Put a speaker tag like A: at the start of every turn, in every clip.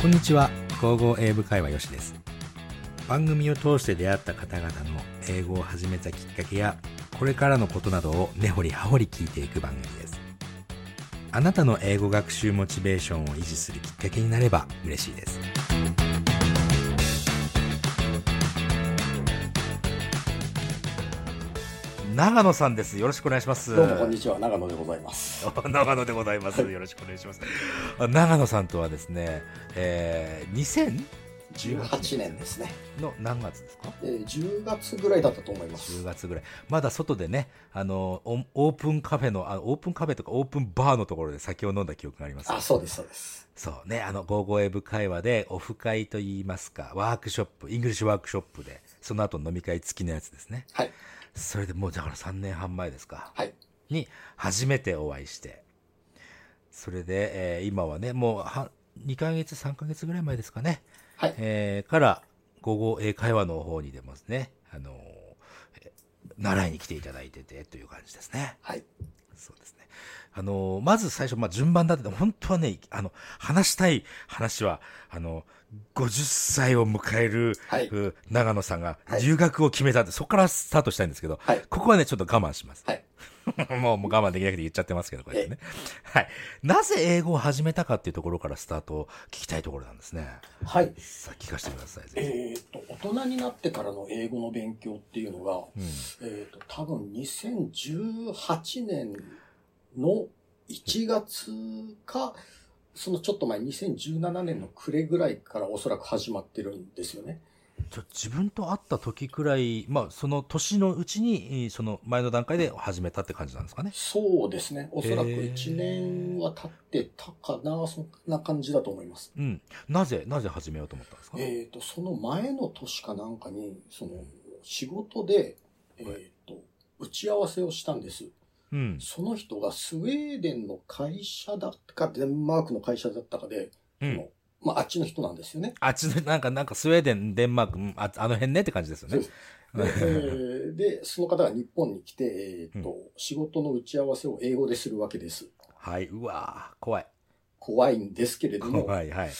A: こんにちは高校英語会話よしです番組を通して出会った方々の英語を始めたきっかけやこれからのことなどを根掘り葉掘り聞いていく番組ですあなたの英語学習モチベーションを維持するきっかけになれば嬉しいです長野さんですよろしくお願いします
B: どうもこんにちは、長野でございます。
A: 長野でございます。よろしくお願いします。あ長野さんとはですね、えー、
B: 18
A: 2018
B: 年ですね。
A: の何月ですか
B: えー10月ぐらいだったと思いま
A: ?10
B: す。
A: 月ぐらい。まだ外でね、あの、オオープンカフェの、あオープンカフェとかオープンバーのところで酒を飲んだ記憶があります。
B: あ、そうです、そうです。
A: そうね、あの、ゴーゴーエブ会話でオフ会といいますか、ワークショップ、イングリッシュワークショップで、その後飲み会付きのやつですね。
B: はい、
A: それでもうだから3年半前ですか。
B: はい、
A: に初めてお会いして、それで、えー今はね、もうは2ヶ月、3ヶ月ぐらい前ですかね、
B: はい、
A: えーから、午後英会話の方に出ますね、あのーえー習いに来ていただいててという感じですね。
B: はい、
A: そうですね。あのーまず最初、まあ、順番だって、本当はね、あの、話したい話は、あの、50歳を迎える、
B: はい、
A: う長野さんが
B: はい
A: 留学を決めたって、そこからスタートしたいんですけど、
B: はい
A: ここはね、ちょっと我慢します。
B: はい、
A: もうもう我慢できなくて言っちゃってますけど、これね。はい。なぜ英語を始めたかっていうところからスタートを聞きたいところなんですね。
B: はい。
A: さあ、聞かせてください。ぜ
B: えーっと、大人になってからの英語の勉強っていうのが、
A: ひうん
B: えーっと、多分2018年の1月か、そのちょっと前、2017年の暮れぐらいからおそらく始まってるんですよね。
A: ちょ自分と会った時くらい、まあ、その年のうちに、えーその前の段階で始めたって感じなんですかね。
B: そうですね。おそらく
A: へー
B: 1年は経ってたかな、そんな感じだと思います。
A: うん。なぜ、なぜ始めようと思ったんですか
B: えっ、と、その前の年かなんかに、その、仕事で、えっ、と、打ち合わせをしたんです。
A: うん。
B: その人がスウェーデンの会社だったか、デンマークの会社だったかで、
A: う
B: そ
A: ん
B: の。まあ、あっちの人なんですよね。
A: あっちの、なんか、なんかスウェーデン、デンマークうん、ああの辺ねって感じですよ
B: そう
A: ね
B: で。すでえーで、その方が日本に来て、えっ、と、仕事の打ち合わせを英語でするわけです。
A: はい。うわー怖い。
B: 怖いんですけれども、
A: 怖い、はい。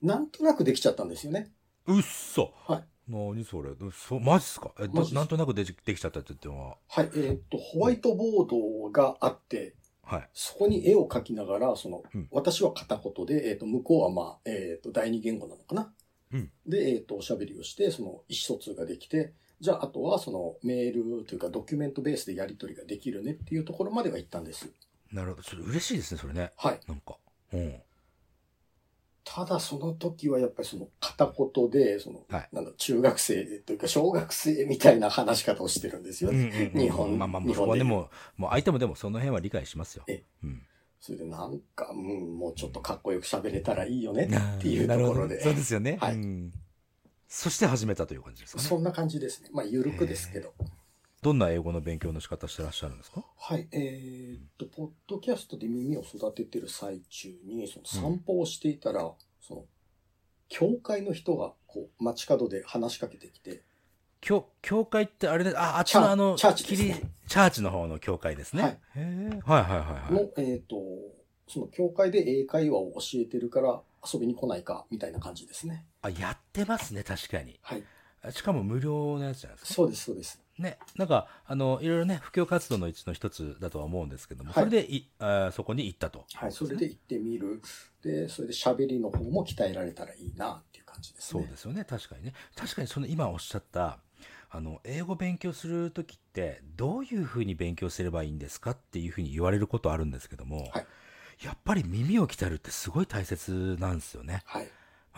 B: なんとなくできちゃったんですよね。
A: うっそ。
B: はい。
A: 何それ。そ、マジっすかえ、ど
B: マジっす
A: なんとなくできできちゃったって言っても、
B: はい、えーっと、ホワイトボードがあって、
A: はい。
B: そこに絵を描きながら、その、
A: うん
B: 私は片言で、えーっと、向こうはまあ、えーっと、第二言語なのかな。
A: うん
B: で、えーっと、おしゃべりをして、その、意思疎通ができて、じゃあ、あとは、その、メールというか、ドキュメントベースでやり取りができるねっていうところまでは行ったんです。
A: なるほど。ちょっと嬉しいですね、それね。
B: はい。
A: なんか。うん。
B: ただ、その時はやっぱりその、片言で、その、
A: はい
B: なんだ、中学生というか、小学生みたいな話し方をしてるんですよね。日本
A: まあまあまあ、
B: 日
A: そこ
B: 本
A: は
B: で
A: でも、もう相手もでもその辺は理解しますよ。
B: え
A: うん。
B: それでなんか、うん、もうちょっとかっこよく喋れたらいいよねっていうところ
A: なるほど
B: で
A: そう。ですよね。
B: はい
A: うんそして始めたという感じですかね。
B: そんな感じですね。まあ、ゆるくですけど。
A: どんな英語の勉強の仕方してらっしゃるんですか
B: はい。えーっと、ポッドキャストで耳を育ててる最中に、その散歩をしていたら、その、教会の人が、こう、街角で話しかけてきて、
A: 教、教会ってあれで、あ、あっち
B: チャ
A: のあの、
B: チャーチです
A: キ
B: ね
A: リチャーチの方の教会ですね。
B: はい
A: へーはいはいはいはい。
B: の、えーっと、その教会で英会話を教えてるから遊びに来ないか、みたいな感じですね。
A: あ、やってますね、確かに。
B: はい。
A: しかも無料のやつじゃないですか。
B: そうです、そうです。
A: ね、なんか、あの、いろいろね、布教活動のうちの一つだとは思うんですけども、
B: はい
A: それでい、あーそこに行ったと。
B: はい。それで行ってみる。で、それで喋りの方も鍛えられたらいいな、っていう感じです
A: そ
B: ね。
A: うですよね、確かにね。確かにその今おっしゃった、あの、英語勉強するときって、どういうふうに勉強すればいいんですかっていうふうに言われることあるんですけども、
B: はい
A: やっぱり耳を鍛えるってすごい大切なんですよね。
B: はい。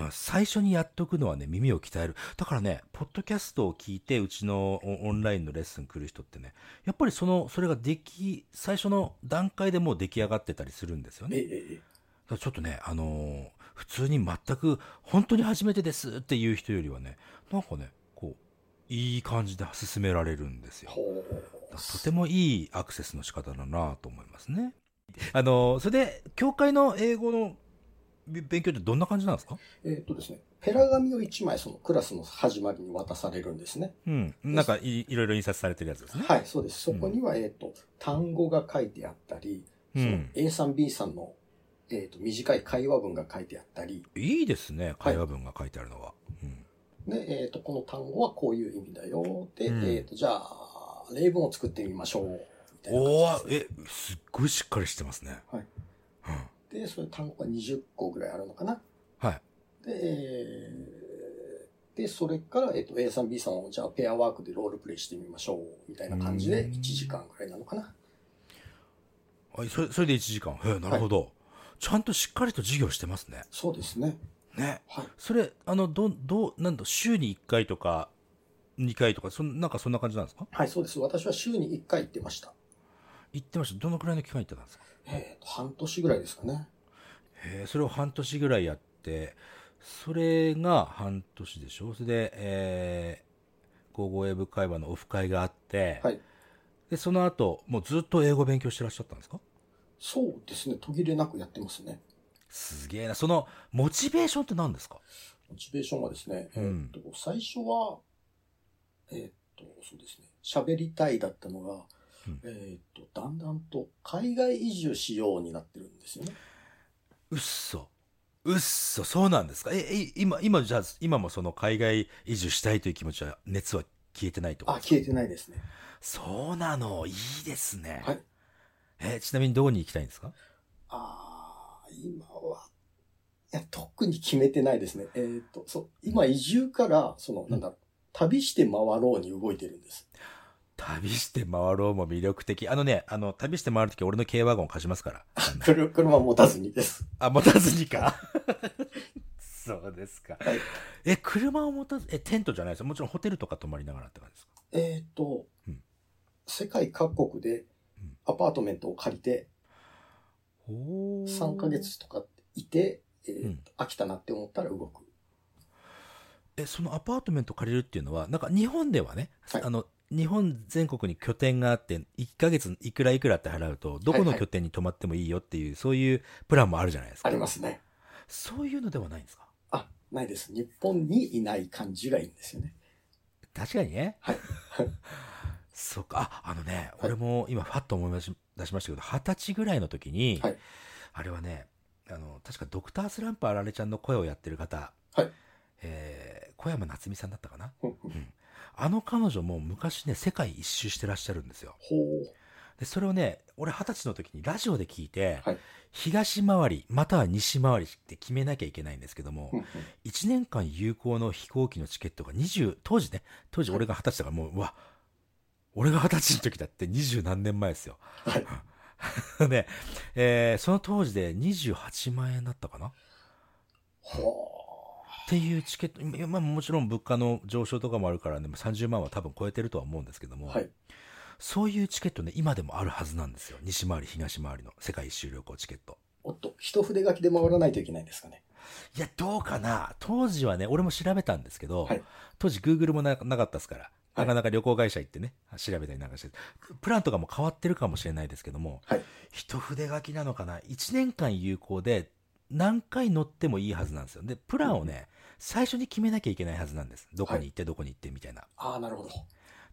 A: うん最初にやっとくのはね、耳を鍛える。だからね、ポッドキャストを聞いて、うちのオンオンラインのレッスン来る人ってね、やっぱりその、それができ、最初の段階でもう出来上がってたりするんですよ
B: え
A: ね。
B: え
A: だか
B: ええ
A: らちょっとね、あのー普通に全く、本当に初めてですっていう人よりはね、なんかね、こう、いい感じで進められるんですよ。
B: ほう。
A: とてもいいアクセスの仕方だなと思いますね。あのーそれで、教会の英語の勉強ってどんな感じなんですか
B: えーっとですね、ペラ紙を1枚そのクラスの始まりに渡されるんですね。
A: うん。なんかい、いろいろ印刷されてるやつですね。
B: はい、そうです。そこには、えーっと、単語が書いてあったり、その
A: うん
B: A さん、B さんのえっ、と、短い会話文が書いてあったり、
A: いいですね、会話文が書いてあるのは。うん
B: で、えっ、と、この単語はこういう意味だよ。で、
A: うん
B: えっ、と、じゃあ、例文を作ってみましょう。みたいな
A: お
B: 感
A: お
B: じで
A: え、すっごいしっかりしてますね。
B: はい
A: うん。
B: すで、それ単語が20個ぐらいあるのかな。
A: はい。
B: で、えーで、それから、えっ、と、A さん、B さんを、じゃあ、ペアワークでロールプレイしてみましょう。みたいな感じ
A: う
B: で、
A: ん
B: 1時間ぐらいなのかな。
A: あそれそれで1時間。へえなるほど、ちゃんとしっかりと授業してますね。
B: そうですね。
A: ね。
B: はい。
A: それ、あの、ど、どう、なんだ、週に1回とか、2回とか、そんなんかそんな感じなんですか
B: はい、そうです。私は週に1回行ってました。
A: 行ってました。どのくらいの期間行ってたんですか
B: えーと、半年ぐらいですかね。
A: へえそれを半年ぐらいやって、それが半年でしょそれで、えー、ゴーゴー英語会話のオフ会があって、
B: はい。
A: で、その後、もうずっと英語勉強してらっしゃったんですか
B: そうですね。途切れなくやってますね。
A: すげえな。その、モチベーションって何ですか
B: モチベーションはですね、
A: うん
B: えっと、最初は、えっと、そうですね。喋りたいだったのが、
A: うん
B: えっと、だんだんと海外移住しようになってるんですよね。
A: うっそ。うっそ、そうなんですかえ、え、今、今じゃあ、今もその海外移住したいという気持ちは、熱は消えてないってこと
B: あ、
A: ですか
B: 消えてないですね。
A: そうなの、いいですね。
B: はい
A: え、ちなみにどこに行きたいんですか
B: ああ、今は、いや、特に決めてないですね。えっ、と、そう、今移住から、その、なんだろう、旅して回ろうに動いてるんです。
A: 旅して回ろうも魅力的。あのね、あの、旅して回るとき俺の軽ワゴン貸しますから。
B: 車車持たずにです。
A: あ、持たずに か。そうですか。
B: はい
A: え、車を持たず、え、テントじゃないですもちろんホテルとか泊まりながらって感じですか
B: えっ、と、
A: うん
B: 世界各国で
A: うん
B: アパートメントを借りて、
A: お
B: 3ヶ月とかいて、えー
A: うん
B: 飽きたなって思ったら動く。
A: え、そのアパートメント借りるっていうのは、なんか日本ではね、
B: はい
A: あの、日本全国に拠点があって、1ヶ月いくらいくらって払うと、どこ
B: はい
A: の
B: はい
A: 拠点に泊まってもいいよっていう、そういうプランもあるじゃないですか。
B: ありますね。
A: そういうのではないんですか
B: あ、ないです。日本にいない感じがいいんですよね。
A: 確かにね。
B: はい。
A: そっか。あ、あのね、
B: はい
A: 俺も今、ファッと思い出し出しましたけど、二十歳ぐらいの時に、
B: はい
A: あれはね、あの、確かドクタースランプあられちゃんの声をやってる方、
B: はい
A: えー小山夏美さんだったかな。
B: うんうん
A: あの彼女も昔ね、世界一周してらっしゃるんですよ。
B: ほう。
A: で、それをね、俺二十歳の時にラジオで聞いて、
B: はい
A: 東回り、または西回りって決めなきゃいけないんですけども、
B: うんうん
A: 1年間有効の飛行機のチケットが20、当時ね、当時俺が20歳だからもう、うわ、俺が20歳の時だって20何年前ですよ。
B: は い。
A: ね、えーその当時で28万円だったかなっ
B: ほ
A: ていうチケット、今まあもちろん物価の上昇とかもあるからね、もう30万は多分超えてるとは思うんですけど
B: う。
A: も、
B: はい。
A: そういうチケットね、今でもあるはずなんですよ。西回り、東回りの世界一周旅行チケット。
B: おっと、一筆書きで回らないといけないんですかね。
A: いや、どうかな当時はね、俺も調べたんですけど、
B: はい
A: 当時 Google もななかったですから、
B: はい
A: なかなか旅行会社行ってね、調べたりなんかして、プランとかも変わってるかもしれないですけども、
B: はい
A: 一筆書きなのかな ?1 年間有効で、何回乗ってもいいはずなんですよ。で、プランをね、最初に決めなきゃいけないはずなんです。どこに行って、どこに行ってみたいな。
B: ああ、なるほど。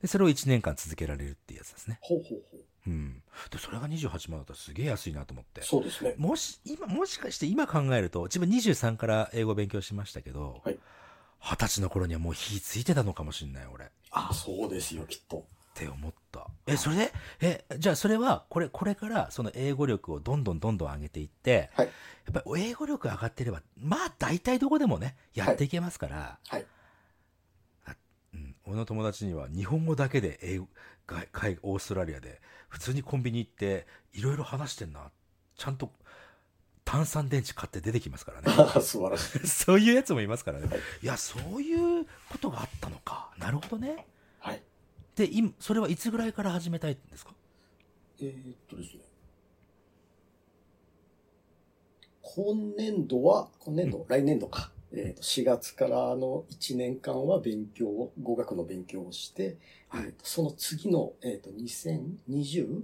A: で、それを1年間続けられるっていうやつですね。
B: ほうほうほう。
A: うん。で、それが28万だったらすげえ安いなと思って。
B: そうですね。
A: もし、今、もしかして今考えると、自分23から英語勉強しましたけど、
B: はい
A: 二十歳の頃にはもう火ついてたのかもしれない、俺。っ
B: ああ、そうですよ、きっと。
A: て思った。え、それで、え、じゃあそれは、これ、これから、その英語力をどんどんどんどん上げていって、
B: はい
A: やっぱり英語力上がってれば、まあ大体どこでもね、やっていけますから、
B: はい
A: あうん、俺の友達には日本語だけで英語、外海オーストラリアで、普通にコンビニ行って、いろいろ話してんな。ちゃんと、炭酸電池買って出てきますからね。
B: ああ、 素晴らしい。
A: そういうやつもいますからね
B: はい。
A: いや、そういうことがあったのか。なるほどね。
B: はい。
A: で、今、それはいつぐらいから始めたいんですか
B: えーっとですね。今年度は、今年度、来年度か。えーっと、4月からの1年間は勉強を、語学の勉強をして、
A: はい
B: えーっとその次の、えーっと、2023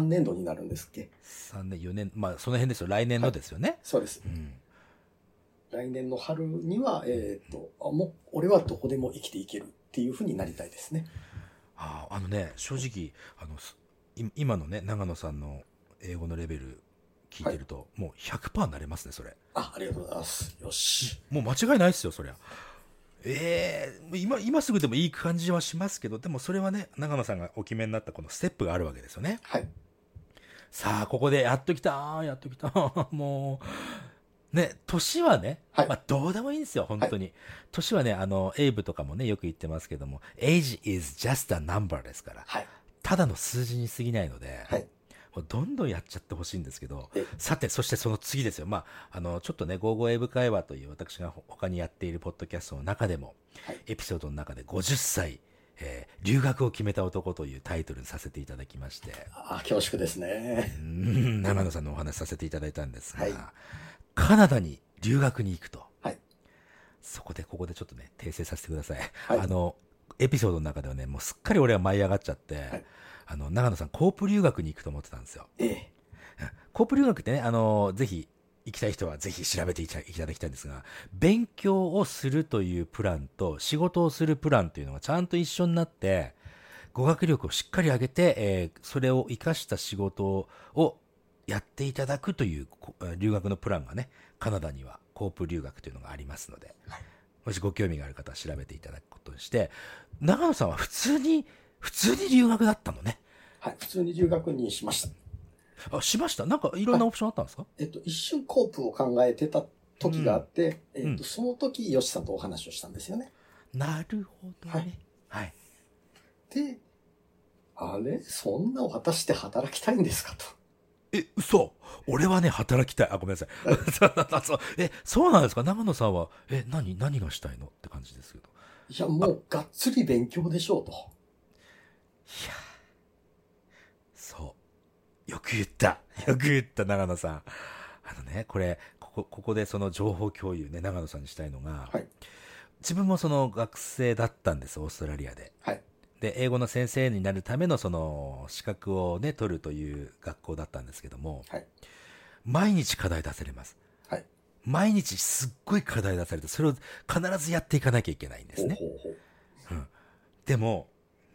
B: 年度になるんですっけ
A: ?3 年、4年、まあ、その辺ですよ。来年のですよね。
B: そうです。
A: うん。
B: 来年の春には、えーっと、あもう、俺はどこでも生きていけるっていうふうになりたいですね。
A: ああ、あのね、正直、あの、すい今のね、長野さんの英語のレベル、聞いてると、もう100%になれますね、それ。
B: あ、ありがとうございます。よし。
A: もう間違いないですよ、そりゃ。ええ今、今すぐでもいい感じはしますけど、でもそれはね、長野さんがお決めになったこのステップがあるわけですよね。
B: はい。
A: さあ、ここで、やっときた、あーやっときた、 もう、ね、年はね、
B: はい
A: まあ、どうでもいいんですよ、本当に。年はね、あの、エイブとかもね、よく言ってますけども、age is just a number ですから、
B: はい。
A: ただの数字に過ぎないので、
B: はい。
A: もうどんどんやっちゃってほしいんですけど
B: え、
A: さて、そしてその次ですよ。まあ、あの、ちょっとね、55英語会話という私が他にやっているポッドキャストの中でも、
B: はい
A: エピソードの中で50歳、えー留学を決めた男というタイトルにさせていただきまして、
B: あ、恐縮ですね。
A: うん長野さんのお話しさせていただいたんですが、
B: はい
A: カナダに留学に行くと。
B: はい
A: そこで、ここでちょっとね、訂正させてください。
B: はい
A: あの、エピソードの中ではね、もうすっかり俺は舞い上がっちゃって、
B: い
A: あの、長野さん、コープ留学に行くと思ってたんですよ。
B: ええ。
A: コープ留学ってね、あの、ぜひ、行きたい人はぜひ調べていたいただきたいんですが、勉強をするというプランと仕事をするプランというのがちゃんと一緒になって、語学力をしっかり上げて、えーそれを活かした仕事をやっていただくというこえー留学のプランがね、カナダにはコープ留学というのがありますので、
B: はい
A: もしご興味がある方は調べていただくことにして、長野さんは普通に、普通に留学だったのね。
B: はい。普通に留学にしました。
A: あ、しましたなんかいろんなオプションあったんですか、
B: えっと、一瞬コープを考えてた時があって、
A: ん
B: え
A: う
B: っ
A: ん
B: と、その時、ヨシさんとお話をしたんですよね。
A: なるほどね。はい。
B: で、あれそんな私って働きたいんですかと。
A: え、嘘俺はね、働きたい。あ、ごめんな さい。そうそうそうえ、そうなんですか長野さんは、え、何、何がしたいのって感じですけど。
B: いや、もう、がっつり勉強でしょうと。
A: いやそう。よく言った。よく言った、長野さん。あのね、これ、ここ、ここでその情報共有ね、長野さんにしたいのが、
B: はい
A: 自分もその学生だったんです、オーストラリアで。
B: はい。
A: で、英語の先生になるためのその資格をね、取るという学校だったんですけども、
B: はい
A: 毎日課題出されます。
B: はい
A: 毎日すっごい課題出されて、それを必ずやっていかなきゃいけないんですね。
B: ほうほうほう。
A: でも、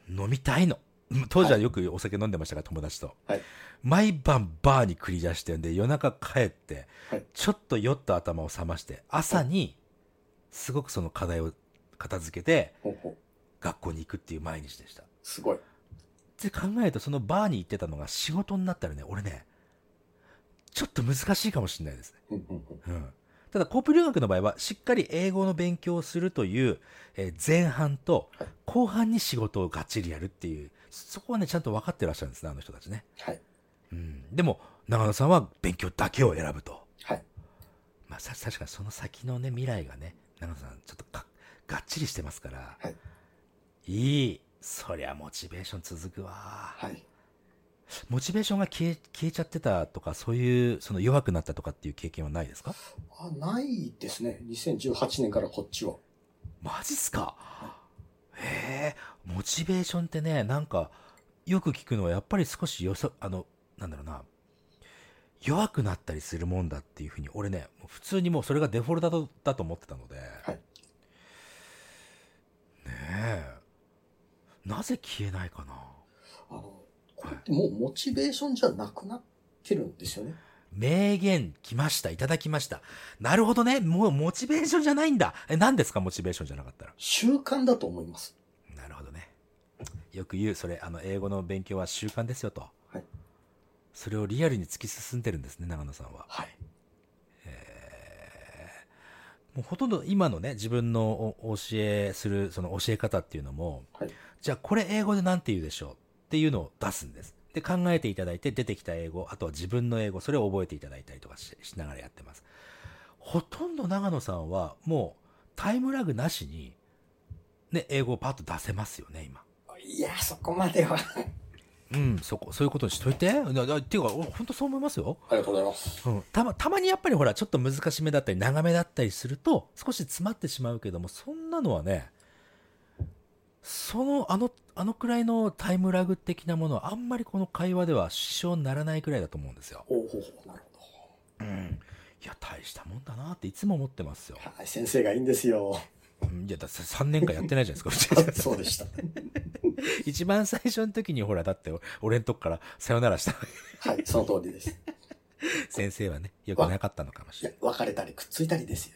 A: 飲みたいの。うん当時はよくお酒飲んでましたから、友達と。
B: はい
A: 毎晩バーに繰り出してんで、夜中帰って、
B: はい
A: ちょっと酔った頭を覚まして、朝に、すごくその課題を片付けて、
B: ほうほう。
A: 学校に行くっていう毎日でした。っ
B: すごい。
A: て考えると、そのバーに行ってたのが仕事になったらね、俺ね、ちょっと難しいかもしれないですね。
B: うんうんうん
A: うん。ただ、コープ留学の場合は、しっかり英語の勉強をするという、えー前半と
B: はい、
A: 後半に仕事をがっちりやるっていう、そこはね、ちゃんと分かってらっしゃるんですね、あの人たちね。
B: はい。
A: うん。でも、長野さんは勉強だけを選ぶと。
B: はい。
A: まあ、さ、確かにその先のね、未来がね、長野さん、ちょっとか、がっちりしてますから、
B: はい。
A: いい。そりゃ、モチベーション続くわ。
B: はい。
A: モチベーションが消え、消えちゃってたとか、そういう、その弱くなったとかっていう経験はないですか
B: あ、ないですね。2018年からこっちは。
A: マジっすかへえ、モチベーションってね、なんか、よく聞くのはやっぱり少しよそ、あの、なんだろうな、弱くなったりするもんだっていうふうに、俺ね、もう普通にもうそれがデフォルトだとだと思ってたので、
B: はい。
A: ねえ、なぜ消えないかな
B: あの、これってもうモチベーションじゃなくなってるんですよね。
A: 名言来ました、いただきました。なるほどね、もうモチベーションじゃないんだ。え、何ですか、モチベーションじゃなかったら。
B: 習慣だと思います。
A: なるほどね。よく言う、それ、あの、英語の勉強は習慣ですよと。
B: はい
A: それをリアルに突き進んでるんですね、長野さんは。
B: はい。
A: もうほとんど今のね、自分のお教えする、その教え方っていうのも、
B: はい。
A: じゃあこれ英語で何て言うでしょうっていうのを出すんです。で、考えていただいて出てきた英語、あとは自分の英語、それを覚えていただいたりとかししながらやってます。ほとんど長野さんはもうタイムラグなしに、ね、英語をパッと出せますよね、今。
B: いや、そこまでは。
A: うん、そこ、そういうことにしといて。ななっていうか、お本当そう思いますよ。
B: ありがとうございます。
A: うん。たま、たまにやっぱりほら、ちょっと難しめだったり、長めだったりすると、少し詰まってしまうけども、そんなのはね、その、あの、あのくらいのタイムラグ的なものは、あんまりこの会話では支障にならないくらいだと思うんですよ。
B: おお、なるほ
A: うん。いや、大したもんだなっていつも思ってますよ。
B: ど。はい、先生がいいんですよ。
A: うんいや、だって3年間やってないじゃないですか、う
B: あ
A: ち
B: そうでした。
A: 一番最初の時にほら、だって、俺んとこからさよならした
B: はい、その通りです。
A: 先生はね、よくなかったのかもし
B: い
A: れ
B: や
A: ない。、
B: 別れたりくっついたりです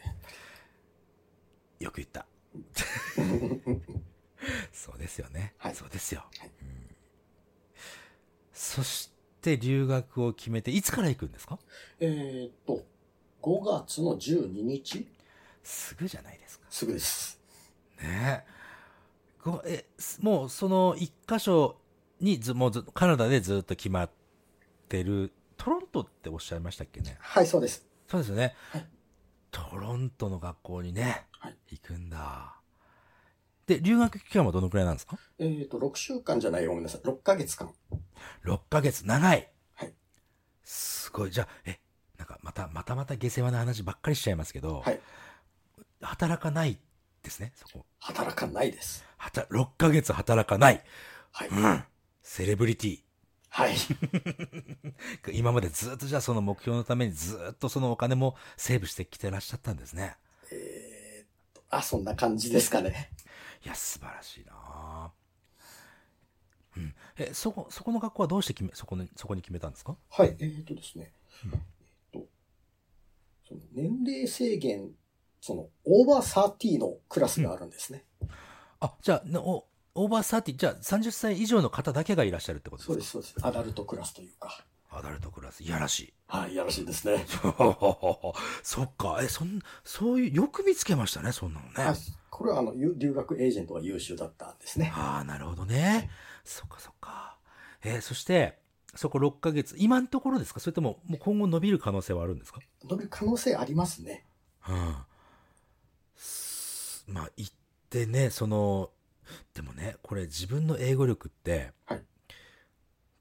B: よ。
A: よく言った。そうですよね。
B: はい
A: そうですよ、
B: はい
A: うんそして留学を決めて、いつから行くんですか
B: えーっと、5月の12日
A: すぐじゃないですか。
B: すぐです。
A: ねえ。ごえ、すもうその一箇所にず、もうず、カナダでずっと決まってる、トロントっておっしゃいましたっけね。
B: はい、そうです。
A: そうですよね。
B: はい
A: トロントの学校にね、
B: はい
A: 行くんだ。で、留学期間はどのくらいなんですか
B: えーっと、6週間じゃない、ごめんなさい。6ヶ月間。
A: 6ヶ月、長い。
B: はい
A: すごい。じゃあ、え、なんかまた、またまた下世話な話ばっかりしちゃいますけど、
B: はい
A: 働かないですね、そこ。
B: 働かないです。
A: はた、6ヶ月働かない。
B: はい。
A: うん。セレブリティ。
B: はい。
A: 今までずっとじゃあその目標のためにずっとそのお金もセーブしてきてらっしゃったんですね。
B: えーっと、あ、そんな感じですかね。
A: いや、素晴らしいなうん。え、そこ、そこの学校はどうして決め、そこに、そこに決めたんですか
B: はい、えーっとですね。
A: うん
B: えーっと、その年齢制限、その、オーバー30のクラスがあるんですね。
A: あ、じゃあ、のおオーバーサーティ、じゃあ30歳以上の方だけがいらっしゃるってことですか
B: そうです、そうです。アダルトクラスというか。
A: アダルトクラス。いやらしい。
B: はい、やらしいですね。
A: そっか。え、そん、そういう、よく見つけましたね、そんなのね。
B: はい。これは、あの、ゆ留学エージェントが優秀だったんですね。
A: ああ、なるほどね。そっかそっか。えーそして、そこ6ヶ月、今のところですかそれとも、もう今後伸びる可能性はあるんですか
B: 伸びる可能性ありますね。
A: うん。すまあ、行ってね、その、でもね、これ自分の英語力って、
B: はい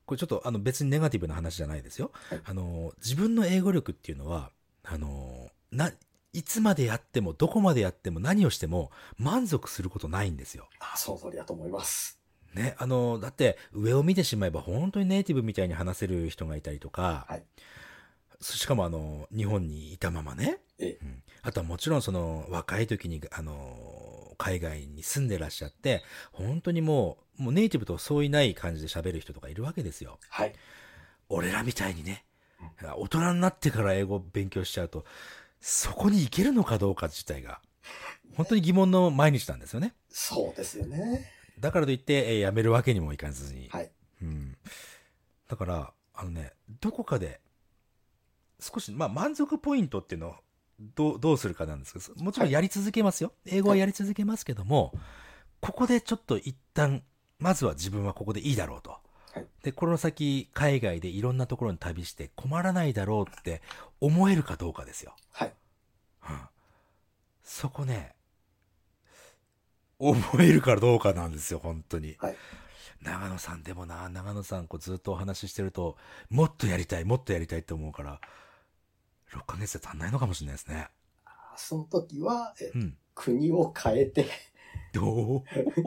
A: これちょっとあの別にネガティブな話じゃないですよ。
B: はい
A: あの、自分の英語力っていうのは、あの、な、いつまでやっても、どこまでやっても、何をしても、満足することないんですよ。
B: あその通りだと思います。
A: ね、あの、だって、上を見てしまえば、本当にネイティブみたいに話せる人がいたりとか、
B: はい
A: しかも、あの、日本にいたままね、
B: ええ
A: うんあとはもちろん、その、若い時に、あの、海外に住んでらっしゃって、本当にもう、もうネイティブと相違ない感じで喋る人とかいるわけですよ。
B: はい。
A: 俺らみたいにね、大人になってから英語を勉強しちゃうと、そこに行けるのかどうか自体が、本当に疑問の毎日なんですよね。
B: そうですよね。
A: だからといって、えーやめるわけにもいかずに。
B: はい
A: うん。だから、あのね、どこかで、少し、まあ、満足ポイントっていうのを、どう、どうするかなんですけど、もちろん
B: はい
A: やり続けますよ。英語はやり続けますけども、ここでちょっと一旦、まずは自分はここでいいだろうと。
B: はい
A: で、この先、海外でいろんなところに旅して困らないだろうって思えるかどうかですよ。
B: はい。
A: うんそこね、思えるかどうかなんですよ、本当に。
B: はい
A: 長野さんでもな、長野さんこうずっとお話ししてると、もっとやりたい、もっとやりたいって思うから、6ヶ月で足んないのかもしれないですね。
B: あその時は、え
A: うん。
B: 国を変え て、
A: どう
B: もうちょっ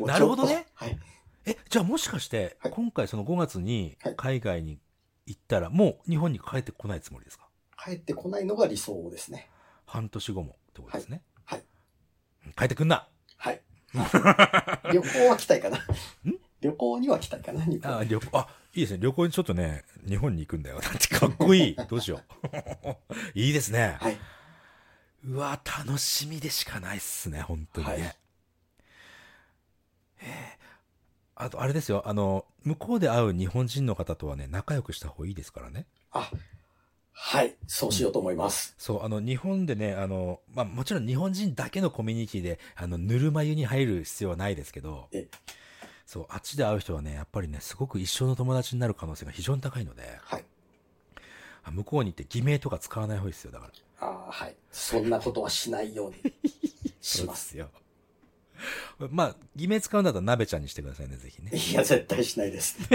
B: と
A: なるほどね。
B: はい。
A: え、じゃあもしかして、
B: はい
A: 今回その5月に
B: はい
A: 海外に行ったら、もう日本に帰ってこないつもりですか
B: 帰ってこないのが理想ですね。
A: 半年後もってことですね。
B: はいは
A: うん帰ってくんな
B: はい。旅行は来たいかな。旅行には来たいかな、日
A: あ
B: 本。
A: 旅行あいいですね旅行にちょっとね日本に行くんだよだってかっこいいどう しよういいですね、
B: はい。
A: うわ楽しみでしかないっすね本当にね、
B: はい
A: ええあとあれですよあの向こうで会う日本人の方とはね仲良くした方がいいですからね
B: あ、はい。そうしようと思います。
A: そうあの日本でねあの、まあ、もちろん日本人だけのコミュニティであのぬるま湯に入る必要はないですけど
B: え
A: そうあっちで会う人はねやっぱりねすごく一生の友達になる可能性が非常に高いので、
B: はい。
A: あ向こうに行って偽名とか使わない方がいいですよ、だから。
B: あはい。そんなことはしないよ うにします。
A: よ。まあ、偽名使うんだったら鍋ちゃんにしてくださいね、ぜひね。
B: いや、絶対しないです。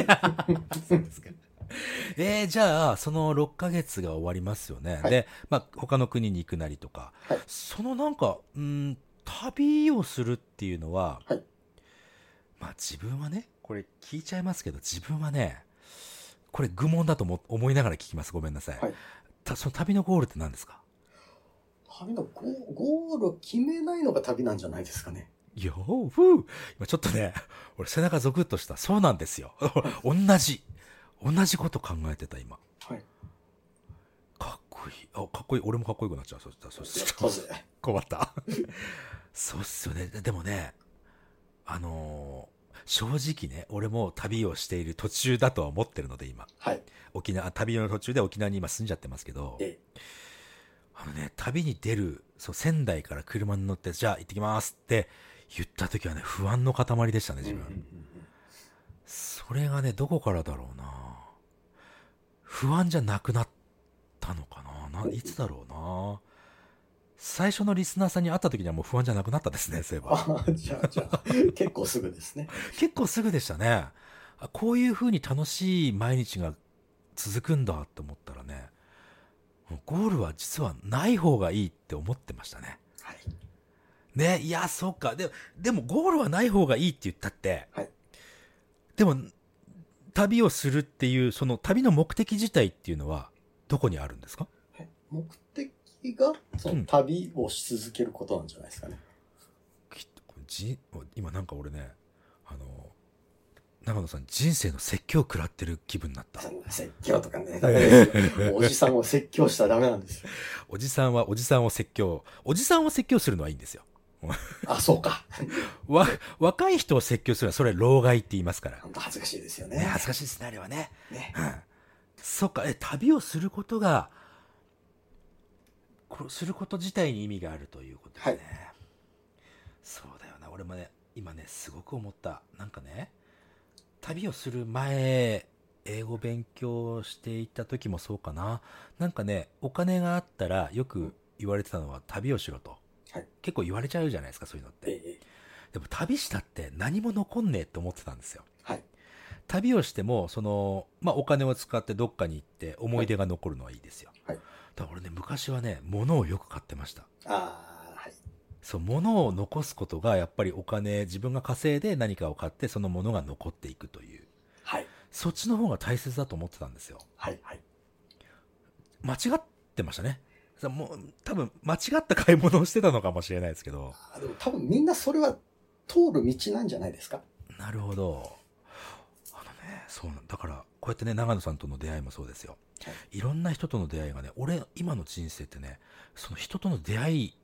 A: えー、じゃあ、その6ヶ月が終わりますよね。
B: はい
A: で、まあ、他の国に行くなりとか、
B: はい
A: そのなんか、うん、旅をするっていうのは、
B: はい
A: まあ自分はね、これ聞いちゃいますけど、自分はね、これ愚問だと思思いながら聞きます。ごめんなさい。
B: はい
A: たその旅のゴールって何ですか
B: 旅のゴーゴールを決めないのが旅なんじゃないですかね。
A: よーふー今ちょっとね、俺背 中ゾクッとした。そうなんですよ。同じ。同じこと考えてた今。
B: はい。
A: こいい。あ、かっこいい。俺もかっこよくなっちゃう。そしたら、そ
B: やっ
A: した
B: た
A: ら、
B: ぜ。
A: 困った。 そうっすよね。ででもね、あのー正直ね、俺も旅をしている途中だとは思ってるので、今。
B: はい。
A: 沖縄、旅の途中で沖縄に今住んじゃってますけど、
B: え
A: あのね、旅に出る、そう、仙台から車に乗って、じゃあ行ってきますって言った時はね、不安の塊でしたね、
B: え
A: 自分。
B: うんうんうん
A: それがね、どこからだろうな。不安じゃなくなったのかな。ないつだろうな。最初のリスナーさんに会った時にはもう不安じゃなくなったですね、そういえば。
B: あ、じゃあ、じゃあ、結構すぐですね。
A: 結構すぐでしたね。あこういう風に楽しい毎日が続くんだって思ったらね、もうゴールは実はない方がいいって思ってましたね。
B: はい。
A: ね、いや、そうか。で、でもゴールはない方がいいって言ったって。
B: はい
A: でも、旅をするっていう、その旅の目的自体っていうのは、どこにあるんですか
B: はい目的が、その旅をし続けることなんじゃないですかね。
A: きっとじ今なんか俺ね、あの、長野さん人生の説教食らってる気分になった
B: そ。んな説教とかね、ダメですよ。おじさんを説教したらダメなん ですよ。
A: おじさんはおじさんを説教、おじさんを説教するのはいいんですよ。
B: あ、そうか。
A: わ、若い人を説教するのはそれ老害って言いますから。
B: 本当恥ずかしいですよね。
A: ね、恥ずかしいですね、あれはね。
B: ね
A: うんそっか、え、旅をすることが、こすること自体に意味があるということですね。
B: はい
A: そうだよな。俺もね、今ね、すごく思った。なんかね、旅をする前、英語勉強していた時もそうかな。なんかね、お金があったらよく言われてたのは旅をしろと。
B: はい
A: 結構言われちゃうじゃないですか、そういうのって。
B: ええ
A: でも旅したって何も残んねえって思ってたんですよ。
B: はい
A: 旅をしても、その、まあ、お金を使ってどっかに行って思い出が残るのはいいですよ。
B: はい
A: だから俺ね、昔はね、物をよく買ってました。
B: ああ、はい。
A: そう、物を残すことがやっぱりお金、自分が稼いで何かを買ってその物が残っていくという。
B: はい。
A: そっちの方が大切だと思ってたんですよ。
B: はい。はい。
A: 間違ってましたね。さもう、多分、間違った買い物をしてたのかもしれないですけど。
B: あでも多分みんなそれは通る道なんじゃないですか。
A: なるほど。あのね、そうなんだから、こうやってね、長野さんとの出会いもそうですよ。、
B: はい
A: ろんな人との出会いがね、俺、今の人生ってね、その人との出会い